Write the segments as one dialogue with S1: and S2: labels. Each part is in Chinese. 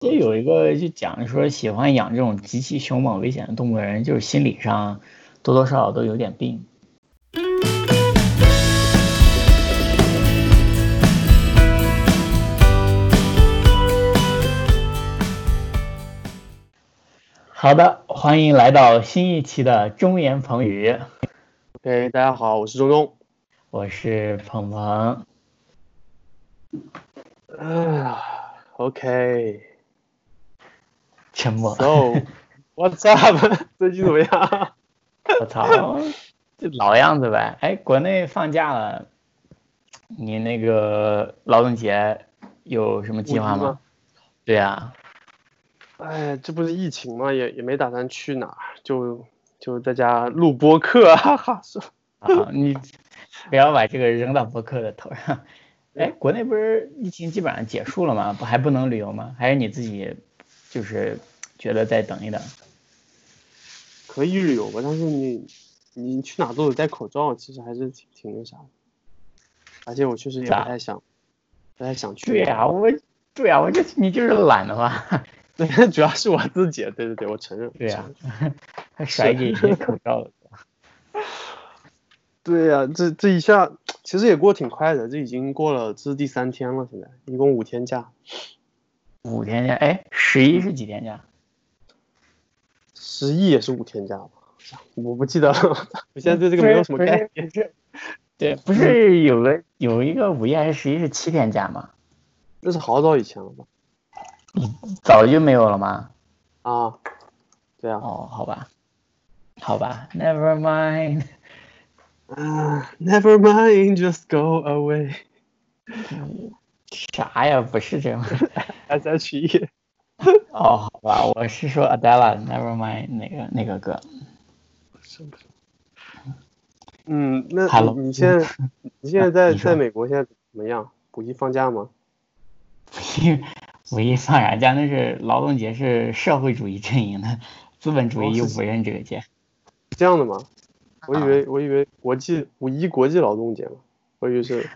S1: 这有一个就讲说，喜欢养这种极其凶猛危险的动物的人，就是心理上多多少少都有点病。好的，欢迎来到新一期的中言彭语，
S2: 对，大家好，我是周中。
S1: 我是鹏鹏。
S2: 啊，OK，So
S1: 沉默。
S2: what's up？最 近怎么样？
S1: 我操，就老样子呗。哎，国内放假了，你那个劳动节有什么计划
S2: 五一
S1: 吗
S2: 吗？
S1: 对啊呀、
S2: 哎，这不是疫情嘛，也也没打算去哪儿，就就在家录播客， 哈哈。是
S1: 啊，你不要把这个扔到博客的头上。哎，国内不是疫情基本上结束了吗？不还不能旅游吗？还是你自己就是觉得再等一等？
S2: 可以旅游吧，但是你你去哪都得戴口罩，其实还是挺挺那啥的。而且我确实也不
S1: 咋
S2: 太想，不太想去。
S1: 对呀、我对呀、我就你就是懒的话，
S2: 对， 主要是我自己。对对对，我承认。
S1: 对呀、
S2: 承认
S1: 还甩给你口罩了。
S2: 对呀、这这一下其实也过挺快的，这已经过了，这是第三天了，现在一共五天假。
S1: 五天假，哎，十一是几天假？
S2: 十亿也是五天假吧？我不记得了，我现在对这个没有什么概
S1: 不是。
S2: 念。
S1: 不是 对，不是有个有一个五一还是十一是七天假吗？
S2: 那是好早以前了吧？
S1: 早就没有了吗？
S2: 啊，对啊，
S1: 哦，好吧，好吧，Never mind。
S2: 啊、n e v e r mind, just go away。
S1: 啥呀？不是这样。
S2: S H E，
S1: 哦，好吧，我是说 Adela，Never mind 那个那个歌。
S2: 嗯，那
S1: Hello
S2: 你你 现在你现在
S1: 啊
S2: 在
S1: 你说
S2: 在美国现在怎么样？五一放假吗？
S1: 五一放啥假？那是劳动节，是社会主义阵营的，资本主义又
S2: 哦是
S1: 不认这个节。
S2: 是这样的吗？我以
S1: 啊
S2: 为我以为国际五一国际劳动节嘛，我以为是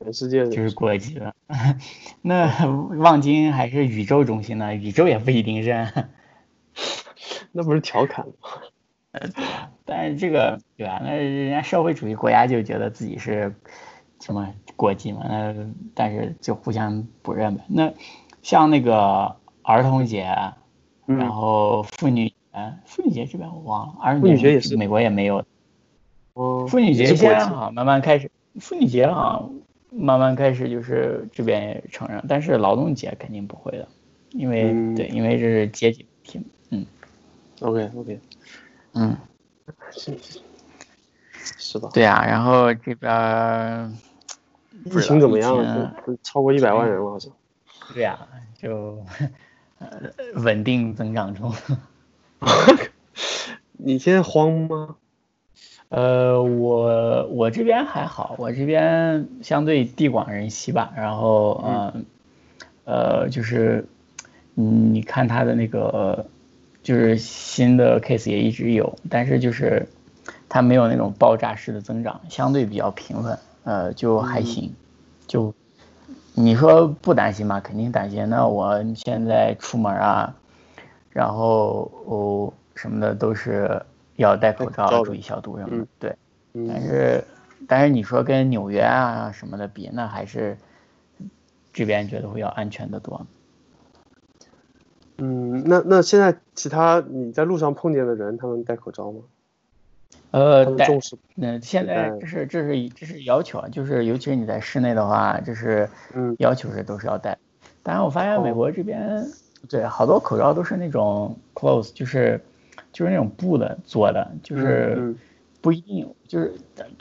S2: 全世界
S1: 就
S2: 的
S1: 是国际的。 那 望京还是宇宙中心呢？宇宙也不一定认。啊
S2: 那不是调侃吗？
S1: 但是这个对吧、那人家社会主义国家就觉得自己是什么国际嘛，那但是就互相不认呗。那像那个儿童节，啊然
S2: 嗯，
S1: 后妇女节，啊妇女节这边我忘了，儿
S2: 妇
S1: 童
S2: 女
S1: 节
S2: 节也是
S1: 美国也嗯没有。
S2: 哦，
S1: 妇女节
S2: 也是
S1: 现
S2: 国
S1: 在好
S2: 际
S1: 像啊慢慢开始，妇女节好像慢慢开始就是这边也承认，但是劳动节肯定不会的，因为、
S2: 嗯
S1: 对，因为这是阶级问题嘛。嗯
S2: OK OK，
S1: 嗯。
S2: 是是吧？
S1: 对啊，然后这边儿
S2: 疫情怎么样
S1: 疫情
S2: 了？都都超过一百万人了，好像。
S1: 对呀、就呃稳定增长中。
S2: 你现在慌吗？
S1: 呃，我我这边还好，我这边相对地广人稀吧，然后嗯、呃，呃，就是嗯你看他的那个，就是新的 case 也一直有，但是就是它没有那种爆炸式的增长，相对比较平稳，呃，就还
S2: 嗯
S1: 行，就你说不担心吗？肯定担心。那我现在出门啊，然后哦什么的都是要戴口
S2: 戴口罩
S1: 罩、
S2: 的
S1: 注意消毒什么的
S2: 嗯。
S1: 对，但
S2: 嗯，
S1: 是但是你说跟纽约啊什么的比，那还是这边觉得会要安全的多。
S2: 嗯，那那现在其他你在路上碰见的人，他们戴口罩吗？
S1: 呃
S2: 他，们
S1: 戴
S2: 重视？
S1: 那现在
S2: 嗯
S1: 这是这是这是要求啊，就是尤其是你在室内的话，这是
S2: 嗯
S1: 要求是都是要戴。当然，我发现美
S2: 哦
S1: 国这边对好多口罩都是那种 close，就是就是那种布的做的，就
S2: 嗯
S1: 是
S2: 嗯
S1: 不一定就是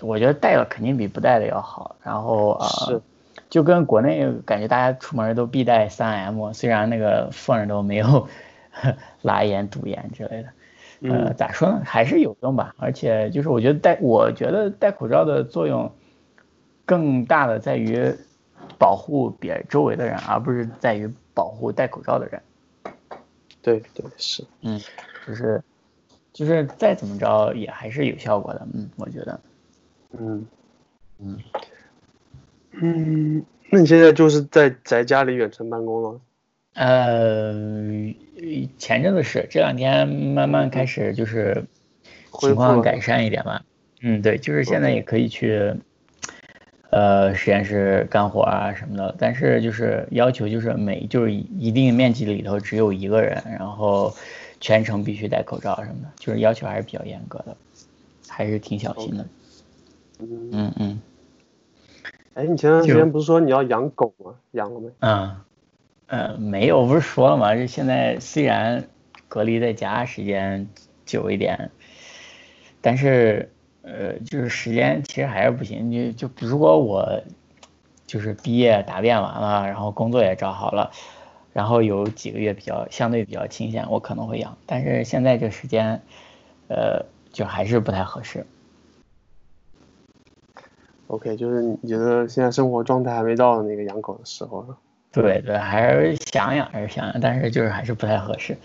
S1: 我觉得戴了肯定比不戴的要好。然后啊，
S2: 是
S1: 呃、就跟国内感觉大家出门都必带三 M，虽然那个缝儿都没有 拉烟、堵烟之类的。呃，
S2: 嗯
S1: 咋说呢，还是有用吧。而且就是我觉得戴，我觉得戴口罩的作用更大的在于保护别周围的人，而不是在于保护戴口罩的人。
S2: 对对是。
S1: 嗯，就是就是再怎么着也还是有效果的。嗯，我觉得。
S2: 嗯
S1: 嗯
S2: 嗯，那你现在就是在宅家里远程办公了？
S1: 呃，前阵子是，这两天慢慢开始就是情况改善一点吧。嗯，对，就是现在也可以去，呃，实验室干活啊什么的，但是就是要求就是每就是一定面积里头只有一个人，然后全程必须戴口罩什么的，就是要求还是比较严格的，还是挺小心的。嗯嗯嗯。
S2: 哎，你前段时间不是说你要养狗吗？养了没？
S1: 嗯。呃，没有，不是说了吗？这现在虽然隔离在家时间久一点，但是呃，就是时间其实还是不行。就就如果我就是毕业答辩完了，然后工作也找好了，然后有几个月比较相对比较清闲，我可能会养。但是现在这时间，呃，就还是不太合适。
S2: OK，就是你觉得现在生活状态还没到那个养狗的时候呢？
S1: 对对，还是想养，还是想养，但是就是还是不太合适。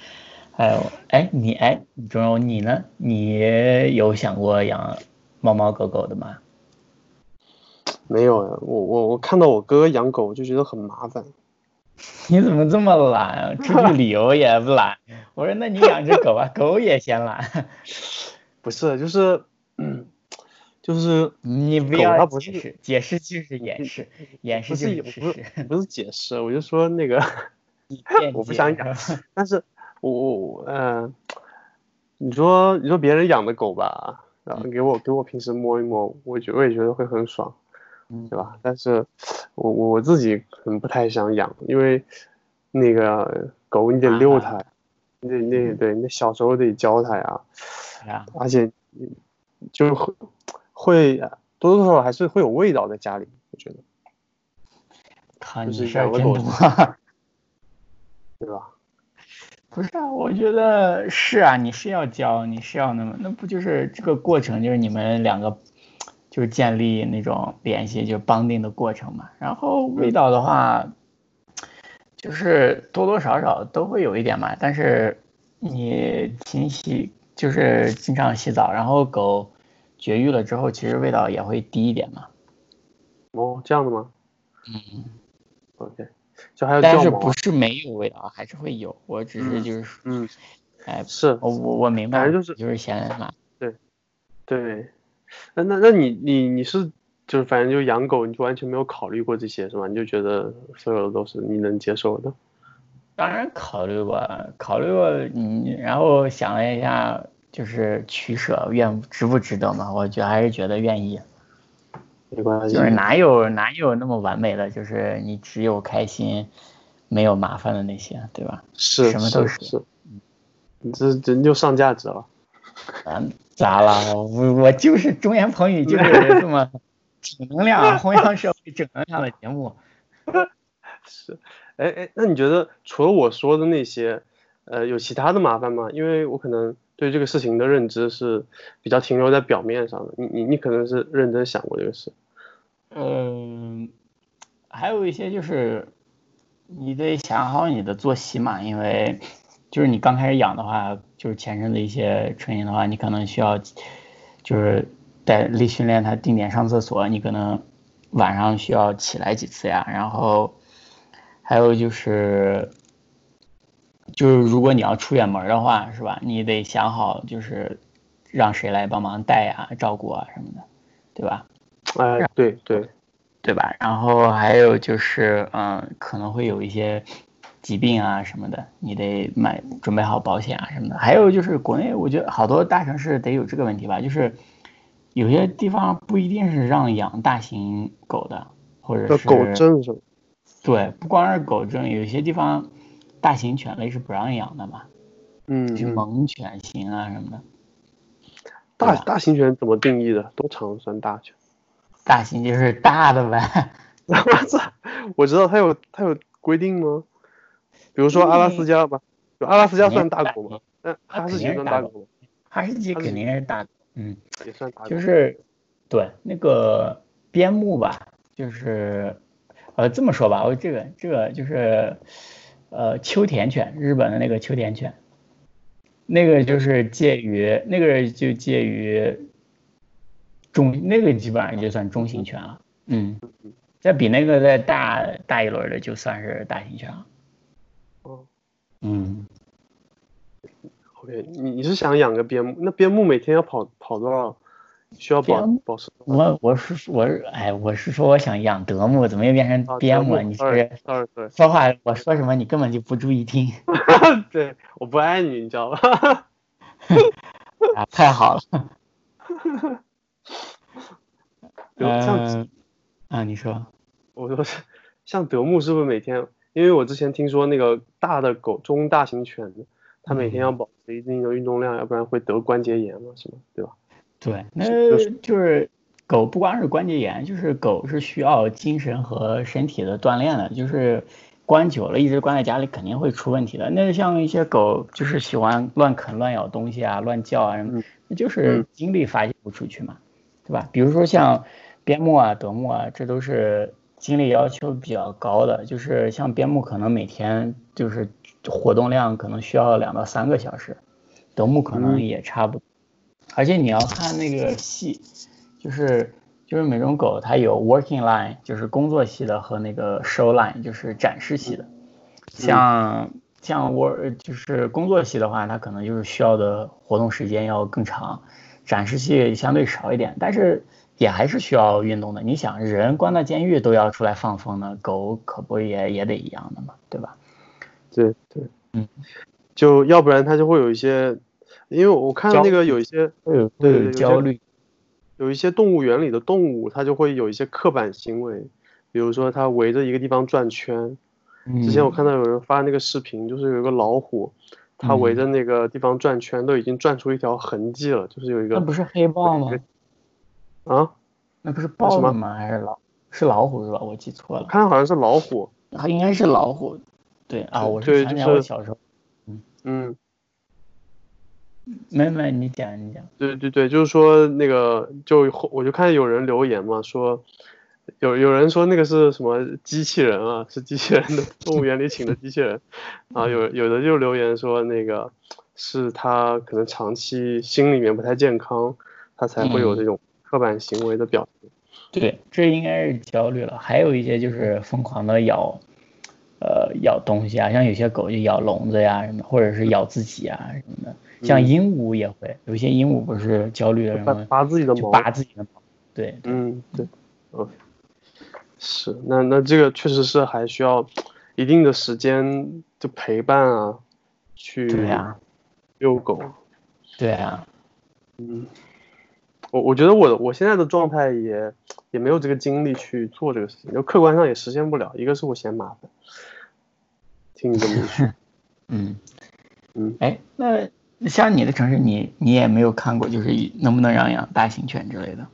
S1: 哎呦，哎你哎，钟柔你呢？你有想过养猫猫狗狗的吗？
S2: 没有，啊我我我看到我哥养狗，我就觉得很麻烦。
S1: 你怎么这么懒啊？出去旅游也不懒。我说那你养只狗 啊，狗也嫌懒。
S2: 不是，就是，嗯，就是
S1: 你不
S2: 要
S1: 不
S2: 是
S1: 解释就是掩饰，掩饰就是事
S2: 实，不是解释，我就说那个我不想养， 但是我我嗯，你说你说别人养的狗吧，然
S1: 嗯
S2: 后给我给我平时摸一摸，我觉我也觉得会很爽，
S1: 嗯
S2: 对吧？但是我我自己可能不太想养，因为那个狗你得遛
S1: 啊
S2: 它，你得那
S1: 嗯
S2: 对你小时候得教它呀，
S1: 啊
S2: 而且就会。会多多少少还是会有味道在家里，我觉得。
S1: 靠，
S2: 就是
S1: 养
S2: 了狗，对吧？
S1: 不是啊，我觉得是啊，你是要教，你是要那么，那不就是这个过程，就是你们两个就是建立那种联系，就是绑定的过程嘛。然后味道的话，就是多多少少都会有一点嘛，但是你勤洗，就是经常洗澡，然后狗。绝育了之后，其实味道也会低一点嘛。
S2: 哦，这样的吗？
S1: 嗯
S2: ，OK，就还有
S1: 但是不是没有味道，还是会有。我只是就是，
S2: 嗯，
S1: 哎，
S2: 是
S1: 我我我明白，
S2: 反正就是
S1: 就是嫌麻。
S2: 对，对，那那那你你你是就是反正就养狗，你就完全没有考虑过这些是吧？你就觉得所有的都是你能接受的。
S1: 当然考虑过，考虑过你，然后想了一下。就是取舍愿值不值得嘛？我觉得还是觉得愿意，
S2: 没关系，
S1: 就是哪有哪有那么完美的，就是你只有开心，没有麻烦的那些，对吧？
S2: 是
S1: 什么都
S2: 是，是你这人就上价值了。
S1: 嗯，咋了？我我就是中言彭语，就是这么 正能量，弘扬社会正能量的节目。
S2: 是，哎哎，那你觉得除了我说的那些，呃，有其他的麻烦吗？因为我可能。对这个事情的认知是比较停留在表面上的，你你你可能是认真想过这个事。
S1: 嗯，还有一些就是你得想好你的作息嘛，因为就是你刚开始养的话，就是前身的一些成因的话，你可能需要就是在力训练它定点上厕所，你可能晚上需要起来几次呀，然后还有就是。就是如果你要出远门的话，是吧？你得想好，就是让谁来帮忙带呀、啊、照顾啊什么的，对吧？
S2: 哎、呃，对对，
S1: 对吧？然后还有就是，嗯，可能会有一些疾病啊什么的，你得买准备好保险啊什么的。还有就是国内，我觉得好多大城市得有这个问题吧，就是有些地方不一定是让养大型狗的，或者是
S2: 狗证是吧？
S1: 对，不光是狗证，有些地方。大型犬类是不让养的嘛？
S2: 嗯，
S1: 就猛犬型啊什么的。
S2: 大大型犬怎么定义的？多长算大犬？
S1: 大型就是大的 呗。
S2: 我操！我知道它有它有规定吗？比如说阿拉斯加吧，嗯、阿拉斯加算大狗吗？那哈士奇算
S1: 大
S2: 狗吗？
S1: 哈士奇肯定是大狗，嗯，
S2: 也算大狗。
S1: 就是对那个边牧吧，就是呃这么说吧，我这个这个就是。呃，秋田犬，日本的那个秋田犬，那个就是介于那个就介于中，那个基本上就算中型犬了，嗯，再比那个再大大一轮的就算是大型犬了。
S2: 哦
S1: 嗯
S2: OK，你你是想养个边牧？那边牧每天要跑跑多少？需要保保持？
S1: 我我是我是哎，我是说我想养德牧，怎么又变成边牧？
S2: 啊、
S1: 你是说话我说什么你根本就不注意听。
S2: 对，我不爱你，你知道吧？
S1: 啊，太好 了。
S2: 像、
S1: 呃、啊，你说，
S2: 我说像德牧是不是每天？因为我之前听说那个大的狗，中大型犬的，它每
S1: 嗯
S2: 天要保持一定的运动量，要不然会得关节炎嘛，是吗？对吧？
S1: 对，那就是狗不光是关节炎，就是狗是需要精神和身体的锻炼的，就是关久了，一直关在家里肯定会出问题的。那像一些狗就是喜欢乱啃、乱咬东西啊、乱叫啊，那就是精力发泄不出去嘛，对吧？比如说像边牧啊、德牧啊，这都是精力要求比较高的，就是像边牧可能每天就是活动量可能需要两到三个小时，德牧可能也差不多。而且你要看那个系，就是就是每种狗它有 working line，就是工作系的和那个 show line，就是展示系的。像像我就是工作系的话，它可能就是需要的活动时间要更长，展示系相对少一点，但是也还是需要运动的。你想，人关到监狱都要出来放风的，狗可不也也得一样的嘛，对吧？
S2: 对对，
S1: 嗯，
S2: 就要不然它就会有一些。因为我看那个有一些，
S1: 对
S2: 对
S1: 焦虑，
S2: 有一些动物园里的动物，它就会有一些刻板行为，比如说它围着一个地方转圈。
S1: 嗯
S2: 之前我看到有人发那个视频，就是有一个老虎，它围着那个地方转圈，都已经转出一条痕迹了，就是有一个。
S1: 那不是黑豹吗？
S2: 啊？
S1: 那不是豹子吗？还是老是老虎是吧？我记错了。
S2: 看好像是老虎。
S1: 它啊应该是老虎。对啊，我是想起来我小时候。
S2: 嗯嗯。
S1: 没没，你讲你讲。
S2: 对对对，就是说那个，就我就看有人留言嘛，说有有人说那个是什么机器人啊，是机器人的动物园里请的机器人，啊，有有的就留言说那个是他可能长期心里面不太健康，他才会有这种刻板行为的表现。
S1: 嗯、对，这应该是焦虑了。还有一些就是疯狂的咬，呃，咬东西啊，像有些狗就咬笼子呀、啊、什么，或者是咬自己啊什么的。
S2: 嗯
S1: 像鹦鹉也会，有些鹦鹉不是焦虑的人
S2: 会拔自己的毛，
S1: 拔自己的毛。对，
S2: 嗯，对，嗯，是，那那这个确实是还需要一定的时间的陪伴啊，去
S1: 对啊，
S2: 遛狗，
S1: 对啊，
S2: 嗯，我我觉得我我现在的状态也也没有这个精力去做这个事情，就客观上也实现不了。一个是我嫌麻烦，听你这么一说，
S1: 嗯
S2: 嗯，
S1: 哎、嗯，那。像你的城市你，你你也没有看过，就是能不能让养大型犬之类的？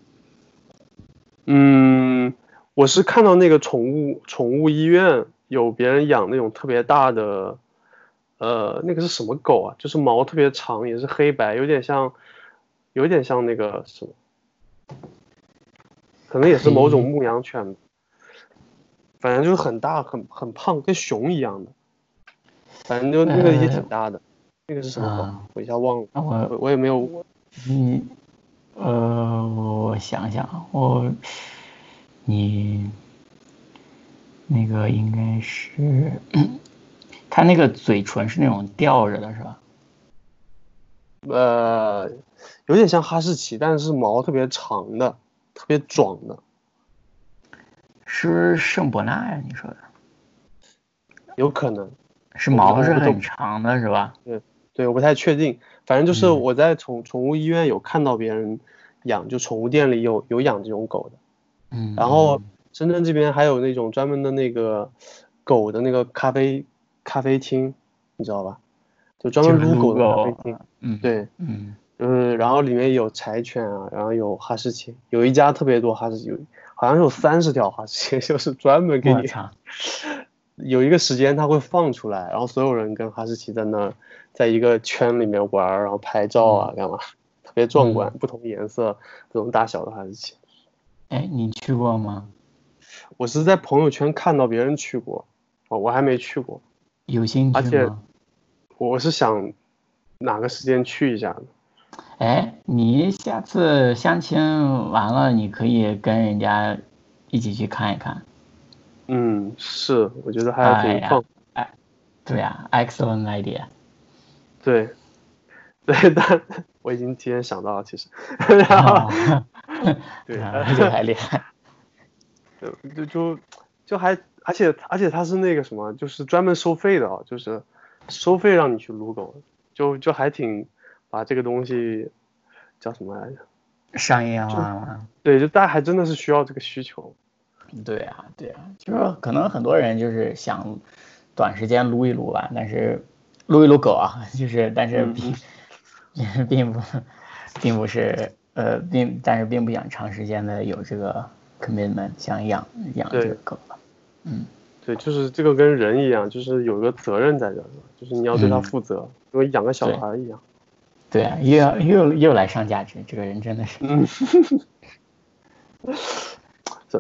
S2: 嗯，我是看到那个宠物宠物医院有别人养那种特别大的，呃，那个是什么狗啊？就是毛特别长，也是黑白，有点像，有点像那个什么，可能也是某种牧羊犬，嗯、反正就是很大，很很胖，跟熊一样的，反正就那个也挺大的。呃那个是什么
S1: 啊
S2: 狗？我一下忘了。
S1: 我
S2: 我也没有。
S1: 你，呃，我想想，我，你，那个应该是，它那个嘴唇是那种吊着的，是吧？
S2: 呃，有点像哈士奇，但是毛特别长的，特别壮的。
S1: 是不是圣伯纳呀、啊？你说的？
S2: 有可能。
S1: 是毛是很长的，是吧？
S2: 对。对，我不太确定，反正就是我在宠、嗯、宠物医院有看到别人养，就宠物店里有有养这种狗的，
S1: 嗯，
S2: 然后深圳这边还有那种专门的那个狗的那个咖啡咖啡厅，你知道吧？就专门
S1: 撸
S2: 狗的咖啡厅，
S1: 嗯，
S2: 对，
S1: 嗯，
S2: 就是然后里面有柴犬啊，然后有哈士奇，有一家特别多哈士奇，有好像有三十条哈士奇， 就是专门给你。有一个时间它会放出来，然后所有人跟哈士奇在那儿，在一个圈里面玩，然后拍照啊，干嘛，特别壮观，不同颜色、不同大小的哈士奇。
S1: 哎，你去过吗？
S2: 我是在朋友圈看到别人去过，哦，我还没去过。
S1: 有兴趣
S2: 而且我是想哪个时间去一下呢？
S1: 哎，你下次相亲完了，你可以跟人家一起去看一看。
S2: 嗯，是，我觉得还挺放，
S1: 哎，对呀、啊、，excellent idea。
S2: 对，对，但 我已经提前想到了，其实， 然后， 对，
S1: 这嗯个还厉害，
S2: 就就就还，而且而且它是那个什么，就是专门收费的啊，就是收费让你去撸狗，就就还挺把这个东西叫什么来着？
S1: 商业化了。
S2: 对，就大家还真的是需要这个需求。
S1: 对啊，对啊，就是可能很多人就是想短时间撸一撸吧，但是撸一撸狗啊， 就是但是并、嗯、并 不并不是呃并但是并不想长时间的有这个 commitment 想养养这个狗吧，嗯，
S2: 对，就是这个跟人一样，就是有一个责任在这儿，就是你要对它负责，跟、嗯、养个小孩一样。
S1: 对啊，又要又又来上价值，这个人真的是。嗯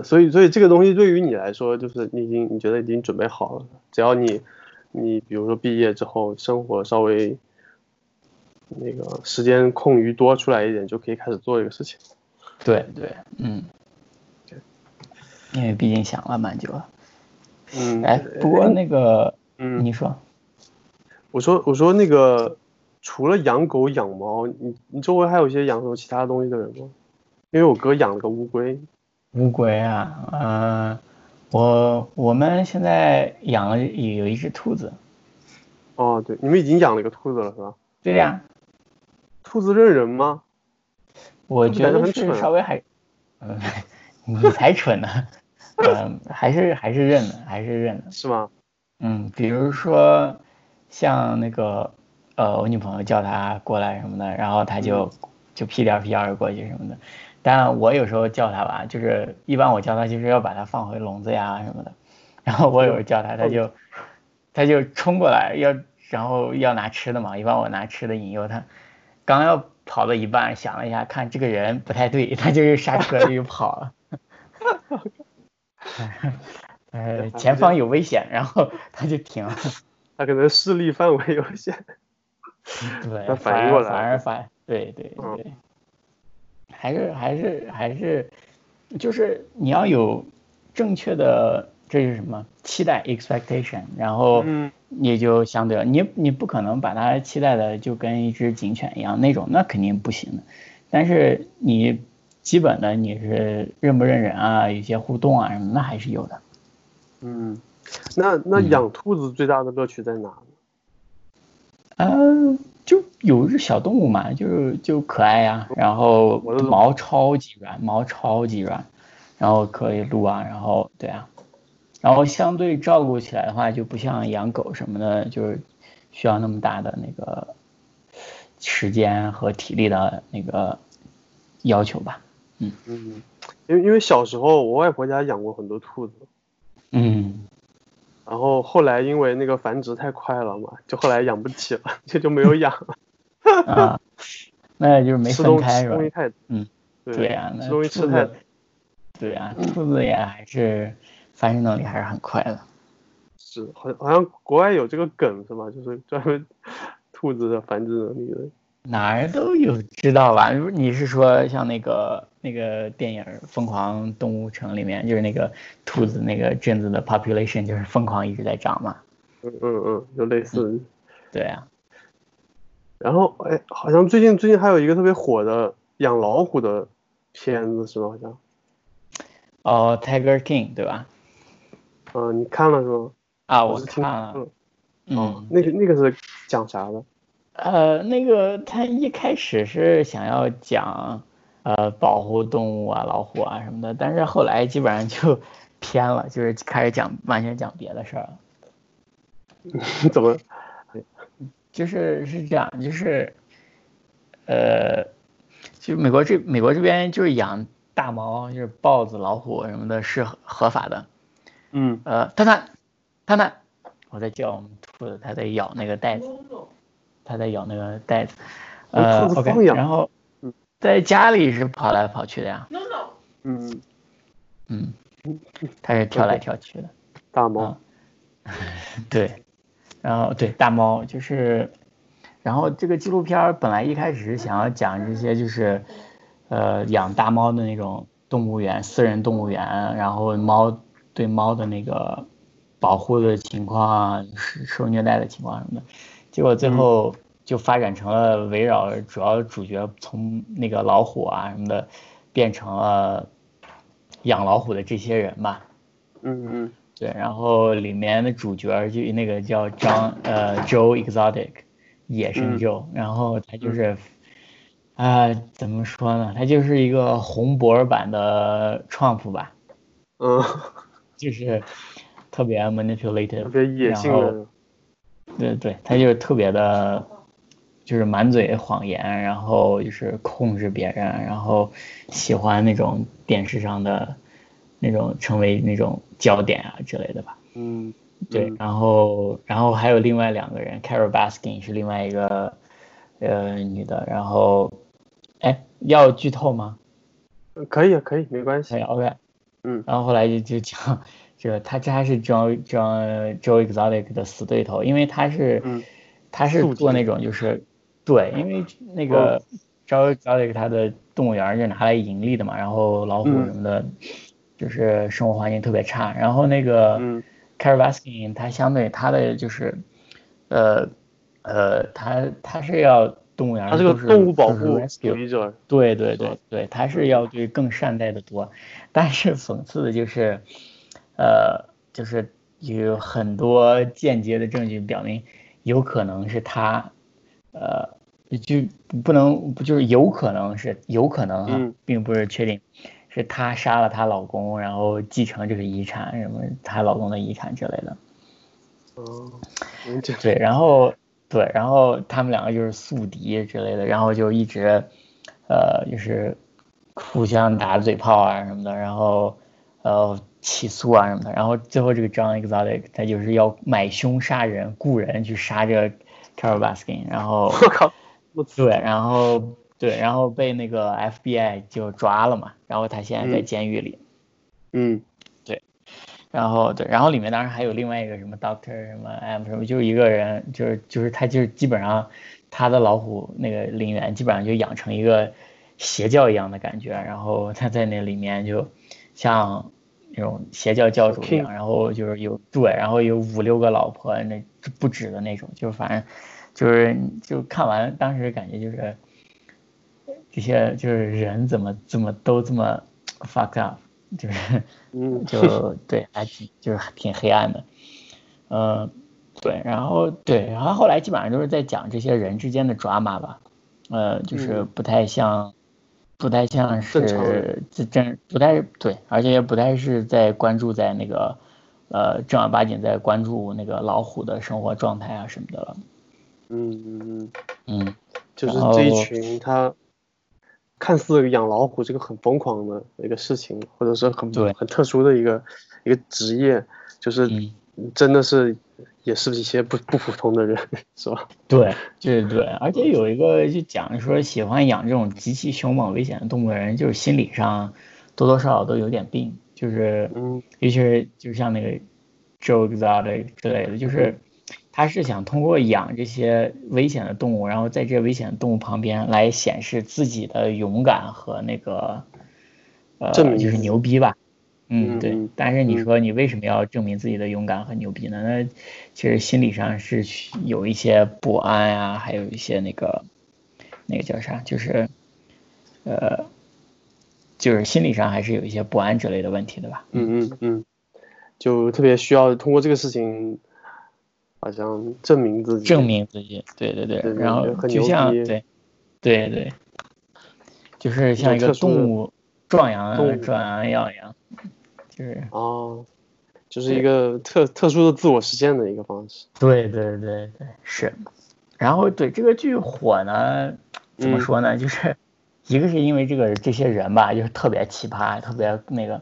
S2: 所以，所以这个东西对于你来说，就是你已经你觉得已经准备好了，只要你，你比如说毕业之后，生活稍微，那个时间空余多出来一点，就可以开始做这个事情。
S1: 对对，嗯，因为毕竟想了蛮久了。
S2: 嗯，
S1: 哎，不过那个，
S2: 嗯，
S1: 你说，
S2: 我说我说那个，除了养狗养猫，你你周围还有一些养什么其他东西的人吗？因为我哥养了个乌龟。
S1: 乌龟啊，呃，我我们现在养了有一只兔子。
S2: 哦，对，你们已经养了一个兔子了，是吧？
S1: 对呀、
S2: 啊。兔子认人吗？
S1: 我觉得是啊稍微还，嗯、呃，你才蠢呢、 啊，嗯呃，还是还是认的，还是认的。
S2: 是吗？
S1: 嗯，比如说像那个呃，我女朋友叫它过来什么的，然后它就、嗯、就屁颠屁颠的过去什么的。但我有时候叫它吧，就是一般我叫它就是要把它放回笼子呀什么的， 然后我有时候叫它，它就它就冲过来要，然后要拿吃的嘛，一般我拿吃的引诱它，刚要跑到一半，想了一下，看这个人不太对， 它就是刹车就跑了，呃，前方有危险，然后它就停了，
S2: 它可能视力范围有限，
S1: 对，
S2: 反应过来，嗯
S1: 反而反，对对对。对还是还是还是，就是你要有正确的这是什么期待 expectation，然后
S2: 嗯
S1: 也就相对了，你你不可能把它期待的就跟一只警犬一样那种，那肯定不行的。但是你基本的你是认不认人啊，有些互动啊什么，那还是有的。
S2: 嗯，那那
S1: 嗯
S2: 养兔子最大的乐趣在哪
S1: 呢？嗯。呃就有一只小动物嘛，就是就可爱呀、啊，然后毛超级软，毛超级软，然后可以撸啊，然后对啊，然后相对照顾起来的话，就不像养狗什么的，就是需要那么大的那个时间和体力的那个要求吧。嗯
S2: 嗯，因为因为小时候我外婆家养过很多兔子，
S1: 嗯。
S2: 然后后来因为那个繁殖太快了嘛，就后来养不起了， 这就没有养了。
S1: 啊， 那就是 没分开
S2: 是吧？吃东西太，
S1: 嗯，
S2: 对
S1: 呀、啊，
S2: 吃东西吃太，
S1: 对呀、啊，兔子也还是繁殖能力还是很快的。
S2: 是，好像好像国外有这个梗是吧？就是专门兔子的繁殖能力的。
S1: 哪儿都有知道吧？你是说像那个那个电影《疯狂动物城》里面，就是那个兔子那个镇子的 population 就是疯狂一直在涨嘛？
S2: 嗯嗯嗯，就类似、嗯。
S1: 对啊。
S2: 然后哎，好像最近最近还有一个特别火的养老虎的片子是吧？好像。
S1: 哦，《Tiger King》对吧？
S2: 嗯、呃，你看哦了是吗？
S1: 啊，
S2: 我
S1: 看了。
S2: 嗯，那个那个是讲啥的？
S1: 呃，那个他一开始是想要讲，呃，保护动物啊，老虎啊什么的，但是后来基本上就偏了，就是开始讲完全讲别的事儿了。
S2: 怎么？
S1: 就是是这样，就是，呃，就美国这美国这边就是养大猫，就是豹子、老虎什么的，是合法的。
S2: 嗯。
S1: 呃，探探，探探，我在叫我们兔子，它在咬那个袋子。它在咬那个袋子，嗯呃，OK，然后在家里是跑来跑去的呀。
S2: No no。嗯
S1: 嗯，它是跳来跳去的。
S2: 大猫。
S1: 对，然后对大猫就是，然后这个纪录片本来一开始想要讲这些就是，呃，养大猫的那种动物园、私人动物园，然后猫对猫的那个保护的情况啊，受虐待的情况什么的。结果最后就发展成了围绕主要主角从那个老虎啊什么的，变成了养老虎的这些人吧。
S2: 嗯嗯，
S1: 对，然后里面的主角就那个叫张呃 Joe Exotic，野
S2: 嗯
S1: 生 Joe，、然后他就是，啊、怎么说呢？他就是一个红脖儿版的 Trump 吧，
S2: 嗯，
S1: 就是特别 manipulative，
S2: 特别野性
S1: 然后
S2: 的，
S1: 对对，他就是特别的，就是满嘴谎言，然后就是控制别人，然后喜欢那种电视上的那种成为那种焦点啊之类的吧。
S2: 嗯，
S1: 对
S2: 嗯，
S1: 然后然后还有另外两个人，Carol Baskin 是另外一个呃女的，然后哎要剧透吗？
S2: 可以啊可以，没关系
S1: 可以，OK。
S2: 嗯
S1: 然后后来就就讲这个，他这还是 Joe Joe Joe Exotic 的死对头，因为他是、
S2: 嗯
S1: 他是做那种就是对，因为那
S2: 哦
S1: 个 Joe Exotic 他的动物园儿就是拿来盈利的嘛，然后老虎
S2: 嗯
S1: 什么的，就是生活环境特别差，然后那个
S2: 嗯
S1: c a r a v a s k i n 他相对他的就是呃呃他他是要动物园儿
S2: 他是个
S1: 都是
S2: 动物保
S1: 都是
S2: 护
S1: rescue
S2: 主义者，
S1: 对对
S2: 是吧嗯
S1: 对对，他是要对更善待的多，但是讽刺的就是，呃，就是有很多间接的证据表明，有可能是他，呃，就不能不就是有可能是有可能哈、
S2: 嗯
S1: 并不是确定，是她杀了她老公，然后继承这个遗产什么她老公的遗产之类的。
S2: 哦，嗯这
S1: 对，然后对，然后他们两个就是宿敌之类的，然后就一直，呃，就是互相打嘴炮啊什么的，然后呃起诉啊什么的，然后最后这个 John Exotic 他就是要买凶杀人，雇人去杀这个 Carol Baskin，然后
S2: 我靠，我
S1: 对，然后对，然后被那个 FBI 就抓了嘛，然后他现在在
S2: 嗯
S1: 监狱里。
S2: 嗯
S1: 然后对，然后里面当然还有另外一个什么 Doctor 什么 M 什么，就是一个人，就是就是他就是基本上他的老虎那个陵园基本上就养成一个邪教一样的感觉，然后他在那里面就像那种邪教教主一样，然后就是有对，然后有五六个老婆那不止的那种，就是反正就是就看完当时感觉就是这些就是人怎么怎么都这么 fuck up，就是。
S2: 嗯
S1: 就对，还挺就是挺黑暗的，呃，对，然后对，然后后来基本上就是在讲这些人之间的 drama 吧，呃，就是
S2: 嗯
S1: 不太像，不太像
S2: 正常
S1: 是这真不太对，而且也不太是在关注在那个，呃，正儿八经在关注那个老虎的生活状态啊什么的了，
S2: 嗯嗯嗯。
S1: 嗯，
S2: 就是
S1: 然
S2: 这一
S1: 后
S2: 群他看似养老虎是个很疯狂的一个事情，或者是很
S1: 对
S2: 很特殊的一个一个职业，就是
S1: 嗯
S2: 真的是也是一些不不普通的人，是吧？
S1: 对， 对对，而且有一个就讲说，喜欢养这种极其凶猛危险的动物的人，就是心理上多多少少都有点病，就是
S2: 嗯
S1: 尤其是就像那个 Joe Exotic 之类的，就是他是想通过养这些危险的动物，然后在这危险的动物旁边来显示自己的勇敢和那个呃
S2: 证明
S1: 就
S2: 自
S1: 是
S2: 己
S1: 牛逼吧。
S2: 嗯
S1: 嗯，对
S2: 嗯，
S1: 但是你
S2: 嗯
S1: 说你为什么要证明自己的勇敢和牛逼呢？那其实心理上是需有一些不安呀、还有一些那个那个叫啥，就是呃，就是心理上还是有一些不安之类的问题的吧。
S2: 嗯嗯嗯，就特别需要通过这个事情，好像证明自己。
S1: 证明自己，对对对
S2: 对，对
S1: 然后
S2: 对很
S1: 就
S2: 牛
S1: 像
S2: 逼
S1: 对，对对，就是像一个
S2: 特殊的
S1: 动物壮阳啊
S2: 动物
S1: 壮阳药一样，就是
S2: 哦，就是一个特特殊的自我实现的一个方式。
S1: 对对对对是，然后对这个剧火呢，怎么
S2: 嗯
S1: 说呢？就是一个是因为这个这些人吧，就是特别奇葩，特别那个，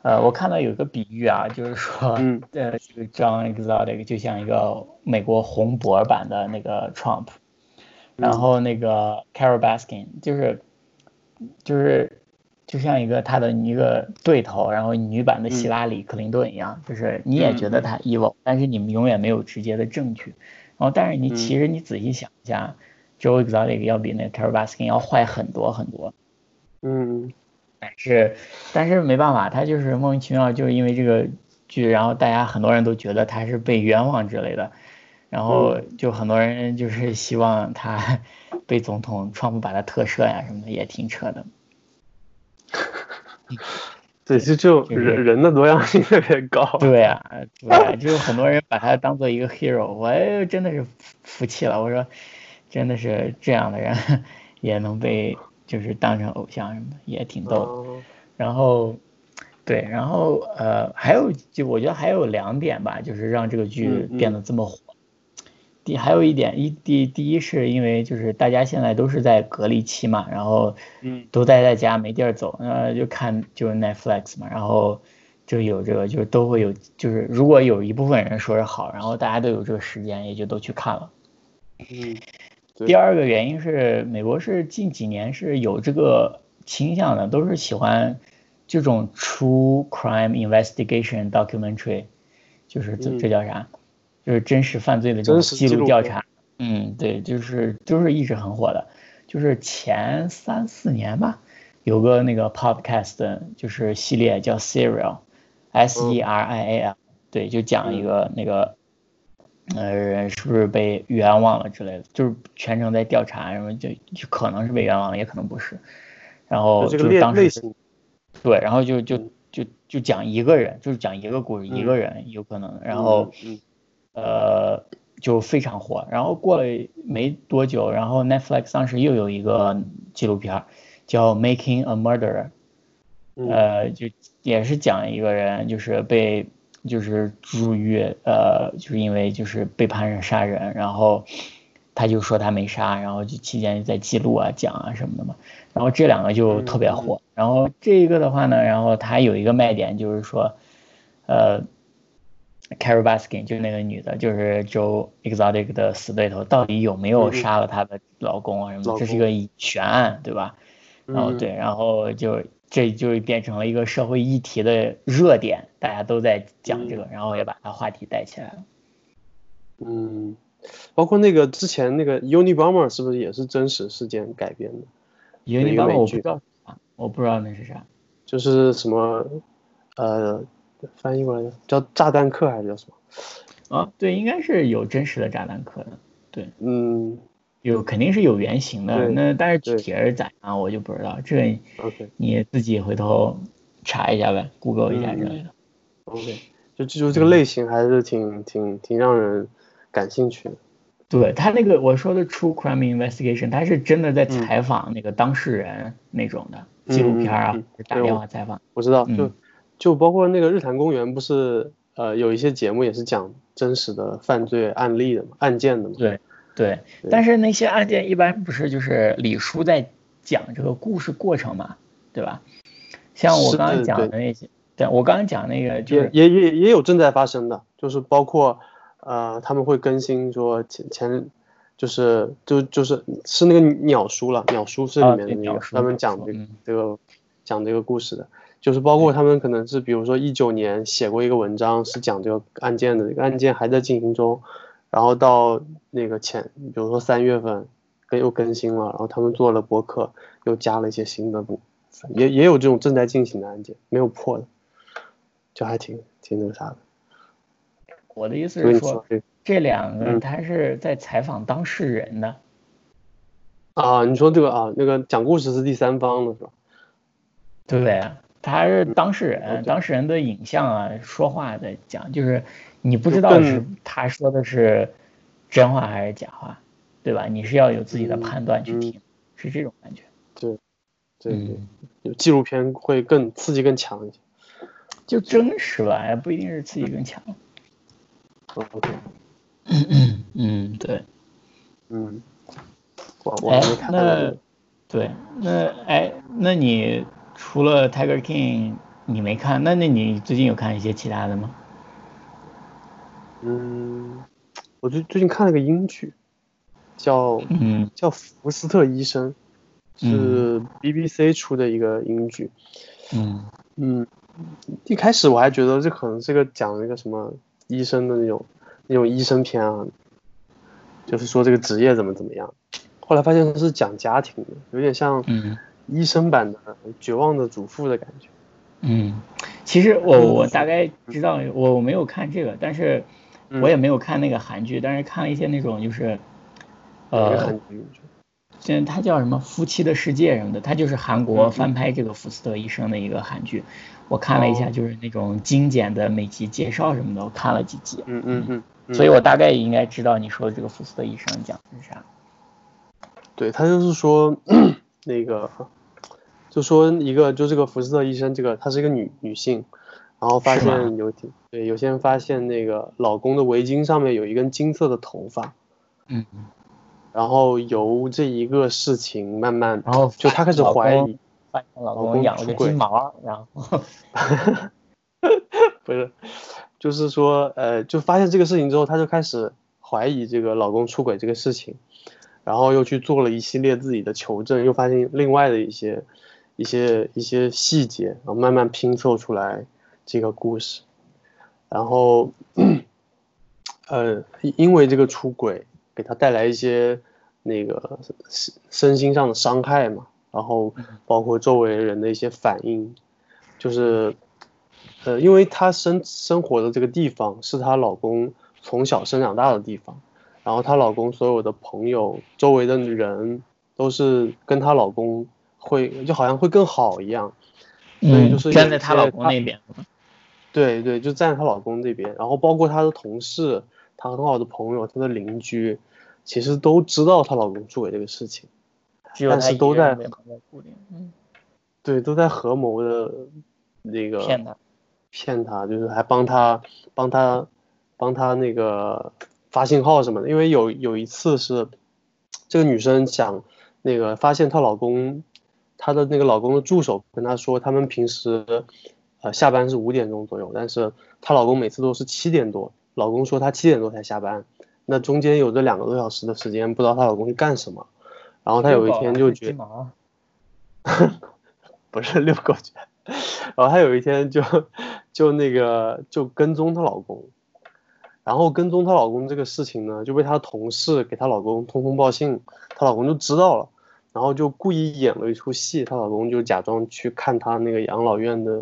S1: 呃，我看到有个比喻啊，就是说，
S2: 嗯
S1: 呃，这个 John Exotic 就像一个美国红脖版的那个 Trump，然
S2: 嗯
S1: 后那个 Carol Baskin 就是就是就像一个他的一个对头，然后女版的希
S2: 嗯
S1: 拉里·克林顿一样，就是你也觉得
S2: 嗯嗯
S1: 他 evil，、但是你们永远没有直接的证据。然后，但是你
S2: 嗯
S1: 其实你仔细想一下、j o e Exotic 要比那个 Carol Baskin 要坏很多很多，
S2: 嗯
S1: 但是但是没办法，他就是莫名其妙，就是因为这个剧，然后大家很多人都觉得他是被冤枉之类的。然后
S2: 嗯
S1: 就很多人就是希望他 被总统川普把他特赦呀什么的，也挺扯的。
S2: 对，就就人人的多样性特别高。
S1: 对啊，对啊，就很多人把他当做一个 hero，我真的是服气了。我说，真的是这样的人也能被就是当成偶像什么的，也挺
S2: 嗯
S1: 逗
S2: 哦
S1: 的。然后，对，然后呃，还有就我觉得还有两点吧，就是让这个剧变得这么火。第还有一点，一第第一是因为就是大家现在都是在隔离期嘛，然后
S2: 嗯
S1: 都待在家没地儿走，呃，就看就是 Netflix 嘛，然后就有这个就是都会有就是如果有一部分人说是好，然后大家都有这个时间，也就都去看了。
S2: 嗯。
S1: 第二个原因是美国是近几年是有这个倾向的，都是喜欢这种 True Crime Investigation Documentary，就是这这叫啥？就是嗯真实犯罪的这种记录调查，嗯，对，就是就是一直很火的，就是前三四年吧，有个那个 podcast 就是系列叫 Serial，S E R I A L，对，就讲一个那个，呃，人是不是被冤枉了之类的，就是全程在调查，然后就就可能是被冤枉了，也可能不是，然后哦就当时，对，然后就就就就讲一个人，就是讲一个故事，一个人有可能，然后。
S2: 嗯
S1: 呃，就非常火。然后过了没多久，然后 Netflix 当时又有一个纪录片叫《Making a Murderer》，呃，
S2: 嗯
S1: 就也是讲一个人就是被就是入狱，呃，就是因为就是被判人杀人，然后他就说他没杀，然后就期间在记录啊、讲啊什么的嘛。然后这两个就特别火。然后这一个的话呢，然后它有一个卖点就是说，呃。Carrie Baskin 就是那个女的，就是 Joe Exotic 的死对头，到底有没有杀了她的嗯老公啊什么？这是一个悬案，对吧？
S2: 嗯
S1: 然后对，然后就这就变成了一个社会议题的热点，大家都在讲这个，然后也把它话题带起来了。
S2: 嗯，包括那个之前那个 Unibomber 是不是也是真实事件改编的
S1: ？Unibomber 我不知道，啊我不知道那是啥，
S2: 就是什么呃。翻译过来叫炸弹客还是叫什
S1: 么？啊，对，应该是有真实的炸弹客的，对，
S2: 嗯，
S1: 有肯定是有原型的，那但是具体是咋样啊我就不知道，这
S2: 个
S1: 你自己回头查一下呗，Google 一下之类的。
S2: OK，就就
S1: 嗯
S2: 这个类型还是挺挺挺让人感兴趣的。
S1: 对他那个我说的 True Crime Investigation，他是真的在采访那个当事人那种的纪录片啊，打电话采访。
S2: 我知道，就。
S1: 嗯
S2: 就包括那个日坛公园，不是呃有一些节目也是讲真实的犯罪案例的嘛，案件的嘛。
S1: 对对，但是那些案件一般不是就是李叔在讲这个故事过程嘛，对吧？像我刚刚讲的那些，对我刚刚讲那个就是
S2: 也也也有正在发生的，就是包括呃他们会更新说前前就是就就是是那个鸟叔了，啊鸟叔嗯是里面的那个他们讲这个这个讲这个故事的。就是包括他们可能是，比如说一九年写过一个文章，是讲这个案件的，这个案件还在进行中，然后到那个前，比如说三月份更又更新了，然后他们做了博客，又加了一些新的，也也有这种正在进行的案件没有破的，就还挺挺那个啥的。
S1: 我的意思是说，嗯这两个他是在采访当事人的。
S2: 嗯、啊，你说这个啊，那个讲故事是第三方的是吧？
S1: 对、啊。他是当事人，当事人的影像啊，说话在讲，就是你不知道是他说的是真话还是假话，对吧？你是要有自己的判断去听，嗯、是这种感觉。嗯
S2: 对，对对，有纪录片会更刺激更强一些，
S1: 就真实吧，也不一定是刺激更强。
S2: OK，
S1: 嗯，对，
S2: 嗯，我我没
S1: 哎
S2: 看
S1: 那对，那哎，那你。除了 Tiger King，你没看？那那你最近有看一些其他的吗？
S2: 嗯，我最最近看了个英剧，叫
S1: 嗯
S2: 叫《福斯特医生》，是 BBC 出的一个英剧。
S1: 嗯
S2: 嗯，一开始我还觉得这可能是个讲一个什么医生的那种那种医生片啊，就是说这个职业怎么怎么样。后来发现是讲家庭的，有点像
S1: 嗯。
S2: 医生版的《绝望的主妇》的感觉。
S1: 嗯，其实我我大概知道，我我没有看这个，但是我也没有看那个韩剧，但是看了一些那种就是，呃，现在它叫什么《夫妻的世界》什么的，它就是韩国翻拍这个福斯特医生的一个韩剧。我看了一下，
S2: 哦
S1: 就是那种精简的每集介绍什么的，我看了几集，
S2: 嗯嗯嗯嗯，
S1: 所以我大概也应该知道你说的这个福斯特医生讲的是啥。
S2: 对他就是说 那个，就说一个就这个福斯特医生，这个她是一个女女性，然后发
S1: 是吗
S2: 现有天对有些人发现那个老公的围巾上面有一根金色的头发，
S1: 嗯，
S2: 然后由这一个事情慢慢
S1: 然后
S2: 就她开始怀疑，
S1: 发现老
S2: 老
S1: 公
S2: 公
S1: 养了
S2: 出
S1: 个
S2: 轨
S1: 金毛，然后
S2: 不是，就是说，呃，就发现这个事情之后，她就开始怀疑这个老公出轨这个事情，然后又去做了一系列自己的求证，又发现另外的一些、一些、一些细节，然后慢慢拼凑出来这个故事。然后， 呃，因因为这个出轨给她带来一些那个身身心上的伤害嘛，然后包括周围人的一些反应，就是，呃，因为她生生活的这个地方是她老公从小生长大的地方，然后她老公所有的朋友、周围的人都是跟她老公会就好像会更好一样，对就是
S1: 站
S2: 有
S1: 嗯在
S2: 一
S1: 她老
S2: 些
S1: 公
S2: 她
S1: 那边，
S2: 对对，就站在她老公这边，然后包括她的同事、她很好的朋友、她的邻居，其实都知道她老公出轨这个事情，
S1: 只有
S2: 但
S1: 她
S2: 是
S1: 一
S2: 都
S1: 个人
S2: 在
S1: 没有在顾虑，嗯，
S2: 对，都在合谋的那个
S1: 骗她，
S2: 骗她，就是还帮她帮她帮她那个发信号什么的，因为有有一次是这个女生想那个发现她老公，她的那个老公的助手跟她说，他们平时呃下班是五点钟左右，但是她老公每次都是七点多，老公说她七点多才下班，那中间有这两个多小时的时间，不知道她老公去干什么，然后她有一天就觉
S1: 金毛
S2: 不是遛狗犬，然后她有一天就就那个就跟踪她老公，然后跟踪她老公这个事情呢，就被她同事给她老公通风报信，她老公就知道了，然后就故意演了一出戏，她老公就假装去看她那个养老院的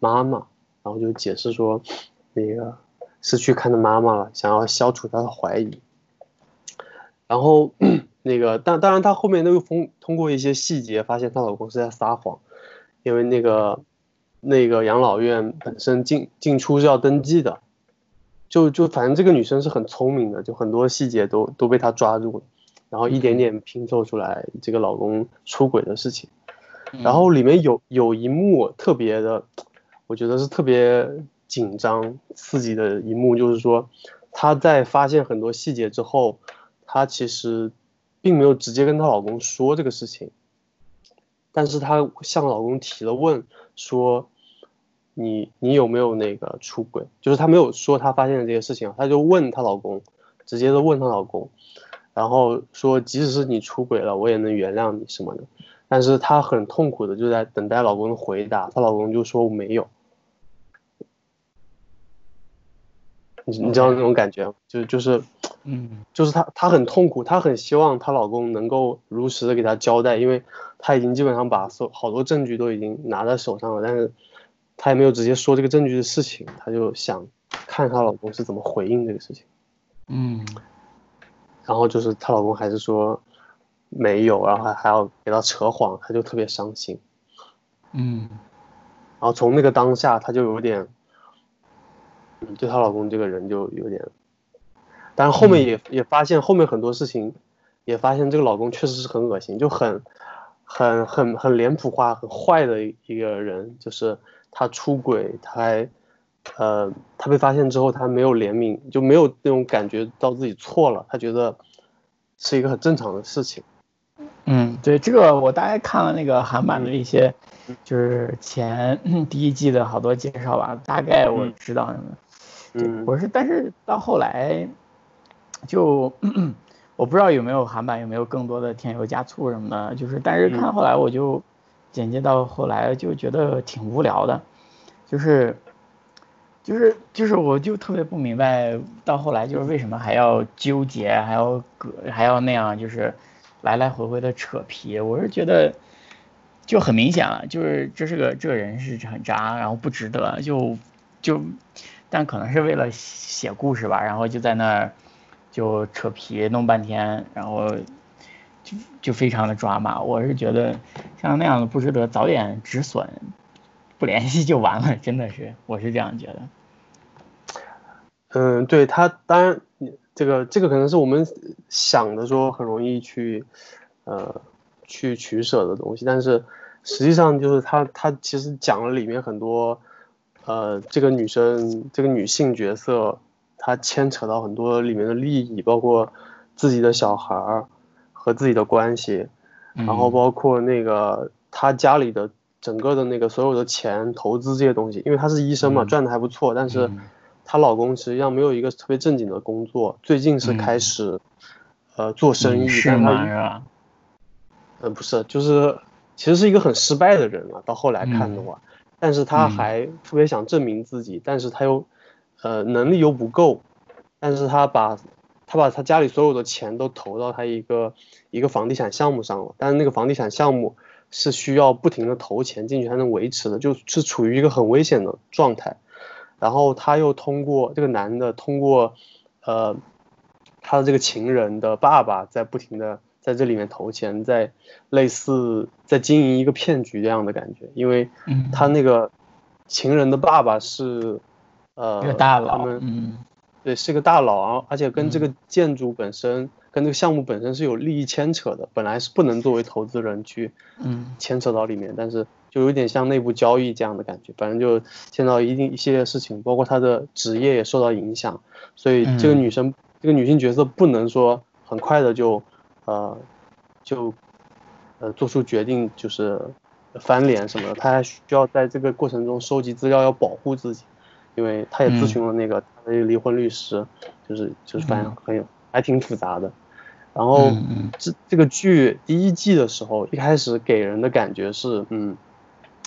S2: 妈妈，然后就解释说那个是去看她妈妈了，想要消除她的怀疑，然后 那个，但当然，她后面都通通过一些细节发现她老公是在撒谎，因为那个那个养老院本身进进出是要登记的，就就反正这个女生是很聪明的，就很多细节都都被她抓住了，然后一点点拼凑出来这个老公出轨的事情。然后里面有有一幕特别的，我觉得是特别紧张刺激的一幕，就是说她在发现很多细节之后，她其实并没有直接跟她老公说这个事情，但是她向老公提了问，说你你有没有那个出轨？就是她没有说她发现的这些事情啊，她就问她老公，直接的问她老公，然后说即使是你出轨了，我也能原谅你什么的。但是她很痛苦的就在等待老公的回答，她老公就说我没有。你你知道那种感觉吗？就就是
S1: 嗯
S2: 就是她她很痛苦，她很希望她老公能够如实的给她交代，因为她已经基本上把所好多证据都已经拿在手上了，但是她也没有直接说这个证据的事情，她就想看她老公是怎么回应这个事情。
S1: 嗯
S2: 然后就是她老公还是说没有，然后还还要给她扯谎，她就特别伤心。
S1: 嗯
S2: 然后从那个当下，她就有点，嗯对她老公这个人就有点，但是后面也、也发现后面很多事情，也发现这个老公确实是很恶心，就很很很很脸谱化、很坏的一个人，就是他出轨，他还。呃，他被发现之后，他没有怜悯，就没有那种感觉到自己错了，他觉得是一个很正常的事情。
S1: 嗯，对，这个我大概看了那个韩版的一些，就是前嗯第一季的好多介绍吧，大概我
S2: 嗯
S1: 知道什么。
S2: 嗯，
S1: 我是，但是到后来就 我不知道有没有韩版有没有更多的添油加醋什么的，就是但是看
S2: 嗯
S1: 后来我就简介到后来就觉得挺无聊的，就是就是就是我就特别不明白到后来就是为什么还要纠结，还要葛还要那样就是来来回回的扯皮，我是觉得。就很明显了，就是这是个这个人是很渣，然后不值得，就就但可能是为了写故事吧，然后就在那儿就扯皮弄半天，然后就就非常的抓马。我是觉得像那样的不值得，早点止损，不联系就完了，真的是，我是这样觉得。
S2: 嗯，对他，当然这个这个可能是我们想的说很容易去呃去取舍的东西，但是实际上就是他他其实讲了里面很多。呃，这个女生，这个女性角色，她牵扯到很多里面的利益，包括自己的小孩儿和自己的关系，
S1: 嗯
S2: 然后包括那个她家里的整个的那个所有的钱投资这些东西，因为她是医生嘛，
S1: 嗯
S2: 赚的还不错，但是她老公实际上没有一个特别正经的工作，最近
S1: 嗯
S2: 是开始、呃做生意，
S1: 是
S2: 但
S1: 吗？
S2: 她
S1: 是吧？
S2: 嗯，不是，就是其实是一个很失败的人了、到后来看的话，但是他还特别想证明自己，但是他又，呃，能力又不够，但是他把，他把他家里所有的钱都投到他一个一个房地产项目上了，但是那个房地产项目是需要不停的投钱进去才能维持的，就是处于一个很危险的状态。然后他又通过这个男的通过，呃，他的这个情人的爸爸在不停的在这里面投钱，在类似在经营一个骗局这样的感觉，因为
S1: 嗯，
S2: 他那个情人的爸爸是，呃，
S1: 这大
S2: 他
S1: 佬
S2: 们，
S1: 嗯
S2: 对，是个大佬，然后而且跟这个建筑本身、跟这个项目本身是有利益牵扯的，本来是不能作为投资人去
S1: 嗯
S2: 牵扯到里面，但是就有点像内部交易这样的感觉。反正就见到一定一系列事情，包括她的职业也受到影响，所以这个
S1: 嗯
S2: 女生、这个女性角色不能说很快的就呃就呃做出决定，就是翻脸什么的，她还需要在这个过程中收集资料，要保护自己，因为她也咨询了那个她的离婚律师，就是就是反正
S1: 嗯
S2: 很有还挺复杂的。然后
S1: 嗯嗯
S2: 这这个剧第一季的时候，一开始给人的感觉是，嗯，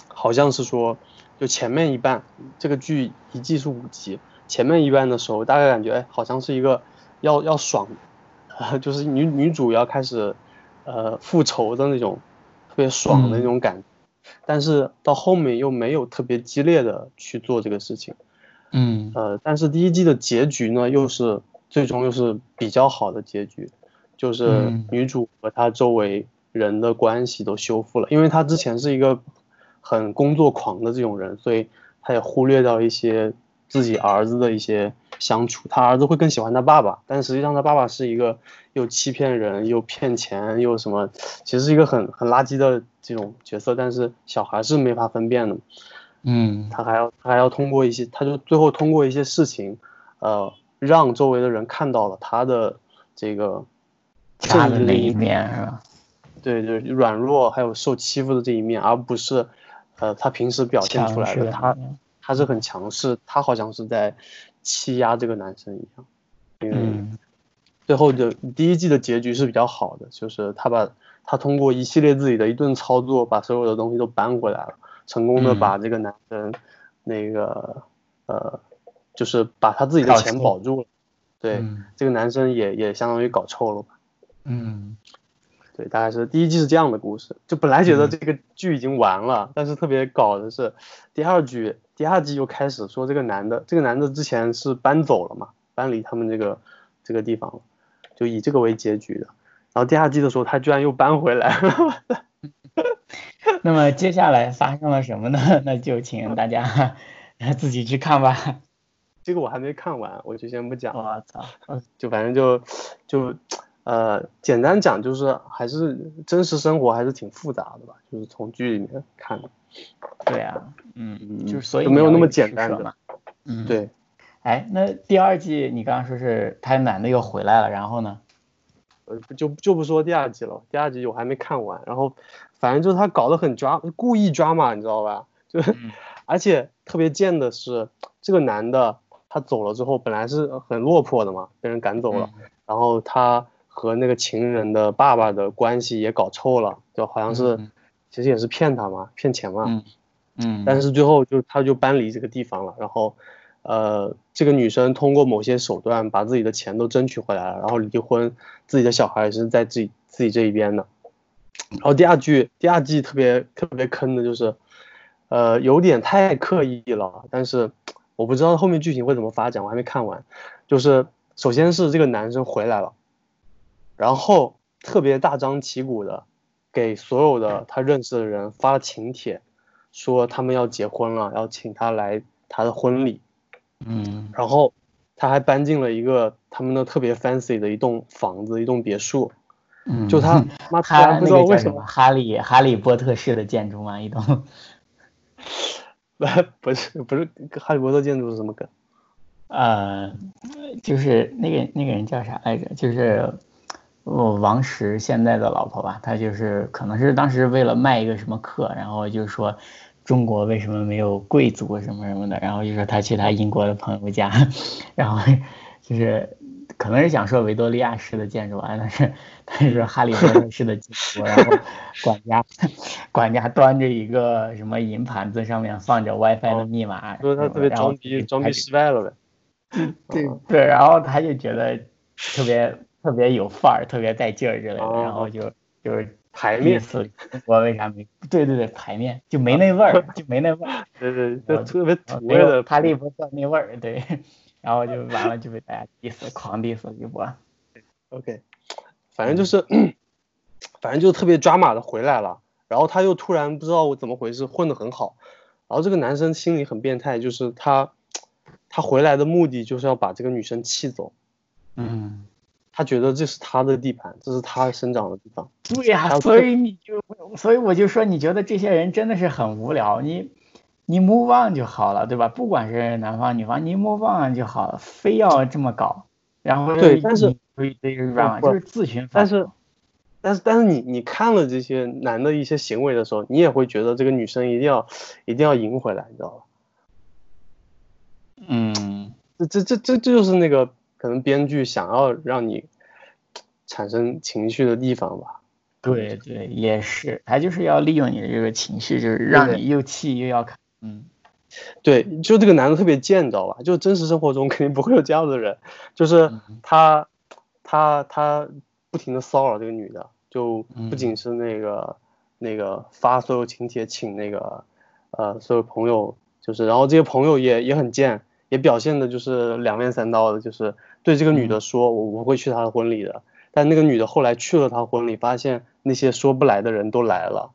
S2: 好像是说，就前面一半，这个剧一季是五集，前面一半的时候，大概感觉哎，好像是一个要要爽， 呃，就是女女主要开始，呃，复仇的那种，特别爽的那种感觉，但是到后面又没有特别激烈的去做这个事情。
S1: 嗯
S2: 呃，但是第一季的结局呢，又是最终又是比较好的结局，就是
S1: 嗯
S2: 女主和她周围人的关系都修复了，因为她之前是一个很工作狂的这种人，所以她也忽略到一些自己儿子的一些相处。她儿子会更喜欢她爸爸，但实际上她爸爸是一个又欺骗人又骗钱又什么，其实是一个很很垃圾的这种角色，但是小孩是没法分辨的嘛。
S1: 嗯
S2: 他还要他还要通过一些，他就最后通过一些事情，呃，让周围的人看到了他的这个
S1: 渣的
S2: 正义
S1: 那
S2: 的一
S1: 一面是吧？
S2: 对对软弱还有受欺负的这一面，而不是呃他平时表现出
S1: 强
S2: 来
S1: 势
S2: 的
S1: 的
S2: 他
S1: 那面
S2: 他是很强势，他好像是在欺压这个男生一样，因为
S1: 嗯
S2: 最后的第一季的结局是比较好的，就是他把他通过一系列自己的一顿操作，把所有的东西都搬回来了，成功的
S1: 嗯
S2: 把这个男生那个、呃，就是把他自己的
S1: 搞
S2: 钱
S1: 臭
S2: 保住了。对，
S1: 嗯
S2: 这个男生也也相当于搞臭了吧？
S1: 嗯
S2: 对，大概是第一季是这样的故事。就本来觉得
S1: 嗯
S2: 这个剧已经完了，但是特别搞的是第二剧，第二季又开始说这个男的，这个男的之前是搬走了嘛，搬离他们这个这个地方了，就以这个为结局的。然后第二季的时候，他居然又搬回来了。
S1: 那么接下来发生了什么呢？ 那就请大家 自己去看吧。
S2: 这个我还没看完，我就先不讲了。
S1: 我操，
S2: 就反正就就呃，简单讲就是还是真实生活还是挺复杂的吧，就是从剧里面看的。
S1: 对啊，嗯，就是所以
S2: 就没
S1: 你
S2: 有
S1: 要
S2: 那么
S1: 取舍
S2: 简单的
S1: 嘛。嗯，。
S2: 对，
S1: 哎，那第二季你刚刚说是他男的又回来了，然后呢？
S2: 呃，不就就不说第二季了，第二集我还没看完。然后，反正就是他搞得很抓，故意抓马，你知道吧？就是，
S1: 嗯
S2: 而且特别贱的是，这个男的他走了之后，本来是很落魄的嘛，被人赶走了。
S1: 嗯
S2: 然后他和那个情人的爸爸的关系也搞臭了，就好像是，
S1: 嗯
S2: 其实也是骗他嘛，骗钱嘛。
S1: 嗯嗯，
S2: 但是最后就他就搬离这个地方了，然后，呃，这个女生通过某些手段把自己的钱都争取回来了，然后离婚，自己的小孩也是在自己自己这一边的。然后第二季第二季特别特别坑的就是，呃，有点太刻意了，但是我不知道后面剧情会怎么发展，我还没看完。就是首先是这个男生回来了，然后特别大张旗鼓的给所有的他认识的人发了请帖，说他们要结婚了，要请他来他的婚礼。
S1: 嗯，
S2: 然后他还搬进了一个他们的特别 fancy 的一栋房子，一栋别墅。
S1: 嗯，
S2: 就他妈突然不知道为什么
S1: 哈利哈利波特式的建筑吗？一栋。
S2: 不是不是哈利波特建筑是什么梗？
S1: 呃，就是那个那个人叫啥来着？就是我王石现在的老婆吧，她就是可能是当时为了卖一个什么课，然后就说中国为什么没有贵族什么什么的，然后就说她去她英国的朋友家，然后就是可能是想说维多利亚式的建筑啊，但是但是哈利波特式的建筑，然后管家管家端着一个什么银盘子，上面放着 WiFi 的密码，
S2: 说、哦、他特别装逼，装逼失败了呗。
S1: 对嗯对，然后他就觉得特别特别有范儿，特别带劲儿之类的，然后就就是
S2: 排面，
S1: 我为啥没？对对对，排面就没那味儿，就没那味 儿。
S2: 对对，就特别土
S1: 味
S2: 的
S1: 哈利波特那味儿，对。然后就完了，就被大家 diss，狂 diss 一波。
S2: OK，反正就是，反正就特别抓马的回来了，然后他又突然不知道我怎么回事混得很好，然后这个男生心里很变态，就是他。他回来的目的就是要把这个女生气走，
S1: 嗯，
S2: 他觉得这是他的地盘，这是他生长的地方。
S1: 对呀、啊，所以你就，所以我就说，你觉得这些人真的是很无聊，你你 move on 就好了，对吧？不管是男方女方，你 move on 就好了，非要这么搞，然后
S2: 对，但是
S1: 对对软就是自寻
S2: 烦。但是，啊但是但是你你看了这些男的一些行为的时候，你也会觉得这个女生一定要一定要赢回来，你知道吧？
S1: 嗯，
S2: 这这这这这就是那个可能编剧想要让你产生情绪的地方吧？
S1: 对对，也是，他就是要利用你的这个情绪，就是让你又气又要看。嗯，
S2: 对，就这个男的特别贱，你知道吧？就真实生活中肯定不会有这样的人，就是他、嗯、他他不停的骚扰这个女的，就
S1: 嗯
S2: 不仅是那个、嗯、那个发所有请帖请那个呃所有朋友。就是，然后这些朋友也也很贱，也表现的就是两面三刀的，就是对这个
S1: 嗯
S2: 女的说，我我会去她的婚礼的，但那个女的后来去了她婚礼，发现那些说不来的人都来了，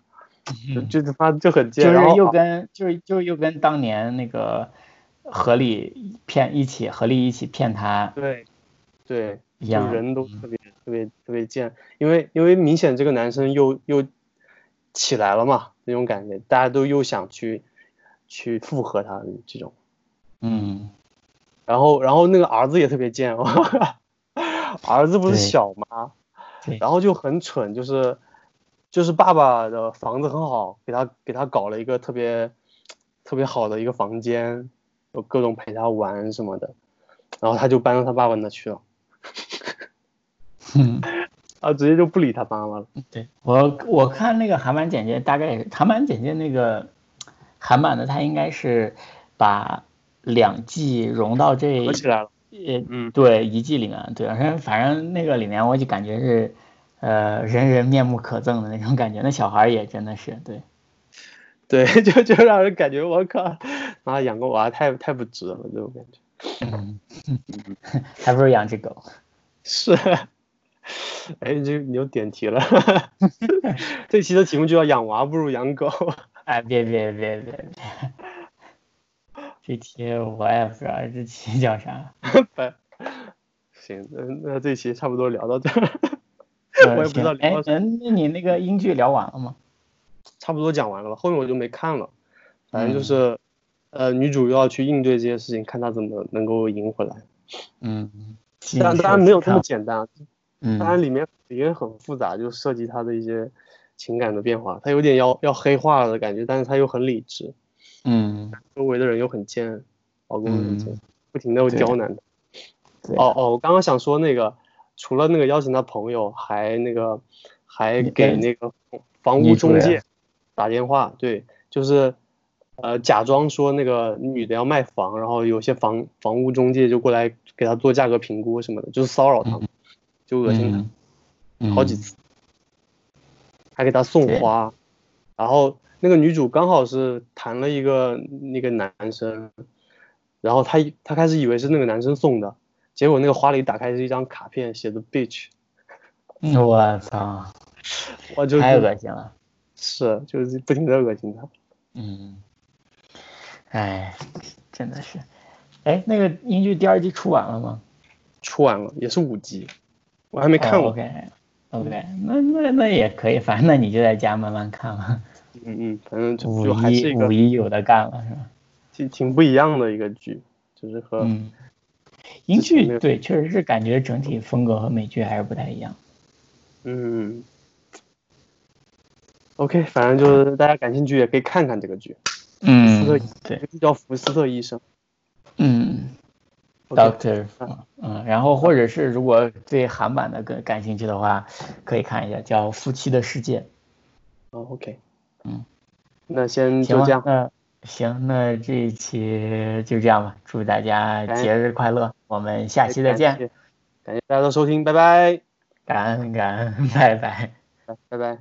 S2: 就他妈就很
S1: 嗯
S2: 贱，
S1: 就是又跟就是就是又跟当年那个合力骗一起合力一起骗他，
S2: 对对，就
S1: 啊
S2: 人都
S1: 嗯
S2: 特别特别特别贱，因为因为明显这个男生又又起来了嘛，那种感觉，大家都又想去。去附和他这种，
S1: 嗯，
S2: 然后然后那个儿子也特别贱，哦 儿子不是小吗？然后就很蠢，就是就是爸爸的房子很好，给他给他搞了一个特别特别好的一个房间，有各种陪他玩什么的，然后他就搬到他爸爸那去了，
S1: 嗯，
S2: 啊，直接就不理他妈妈了。
S1: 对我我看那个韩版简介，大概韩版简介那个。韩版的它应该是把两季融到这
S2: 合起来了，
S1: 呃，
S2: 嗯，
S1: 对，一季里面，对，反正反正那个里面我就感觉是，呃，人人面目可憎的那种感觉，那小孩也真的是，对，
S2: 对， 就就让人感觉我靠，妈养个娃太太不值了这种感
S1: 觉， 嗯，还不如养只狗，
S2: 是，哎，这你又点 题了，这期的题目就叫养娃不如养狗。
S1: 哎，别别别别别！这期我也不知道这期叫啥。
S2: 行，那那这期差不多聊到这。 我也不知道
S1: 聊到啥。哎，那你那个英剧聊完了吗？
S2: 差不多讲完了吧，后面我就没看了。反正就是，嗯、呃，女主要去应对这些事情，看她怎么能够赢回来。
S1: 嗯，
S2: 但当然没有这么简单。
S1: 嗯，
S2: 当然里面里面很复杂，就涉及她的一些。情感的变化，他有点要要黑化了的感觉，但是他又很理智，
S1: 嗯，
S2: 周围的人又很贱，老公很贱，嗯、不停的刁难
S1: 他。
S2: 哦哦，我刚刚想说那个，除了那个邀请他朋友，还那个还
S1: 哎
S2: 给那个房屋中介打电话，对，就是呃假装说那个女的要卖房，然后有些房房屋中介就过来给他做价格评估什么的，就是骚扰他，
S1: 嗯、
S2: 就恶心他，
S1: 嗯、
S2: 好几次。还给他送花，
S1: 哎
S2: 然后那个女主刚好是谈了一个那个男生，然后他他开始以为是那个男生送的，结果那个花里打开是一张卡片，写的 bitch，
S1: 嗯我操，
S2: 我就
S1: 太恶心了，
S2: 是就是不停的恶心他，
S1: 嗯，哎，真的是，哎，那个英剧第二季出完了吗？
S2: 出完了，也是五集，我还没看过。
S1: 哦、OK，OK，、okay, okay, 那那那也可以，反正那你就在家慢慢看吧。
S2: 嗯嗯，反正就
S1: 五
S2: 就还是
S1: 一五一有的干了是吧？
S2: 挺挺不一样的一个剧，就是和、
S1: 嗯、英剧对，确实是感觉整体风格和美剧还是不太一样。
S2: 嗯，OK，反正就是大家感兴趣也可以看看这个剧。
S1: 嗯，
S2: 福斯特
S1: 对，
S2: 叫福斯特医生。
S1: 嗯。Doctor，嗯，然后或者是如果对韩版的更感兴趣的话，可以看一下叫《夫妻的世界》。
S2: 哦，OK，
S1: 嗯，
S2: 那先嗯就这样。
S1: 那行，那这一期就这样吧。祝大家
S2: 哎
S1: 节日快乐，我们下期再见。
S2: 感谢大家的收听，拜拜。
S1: 感恩感恩，拜
S2: 拜，拜拜。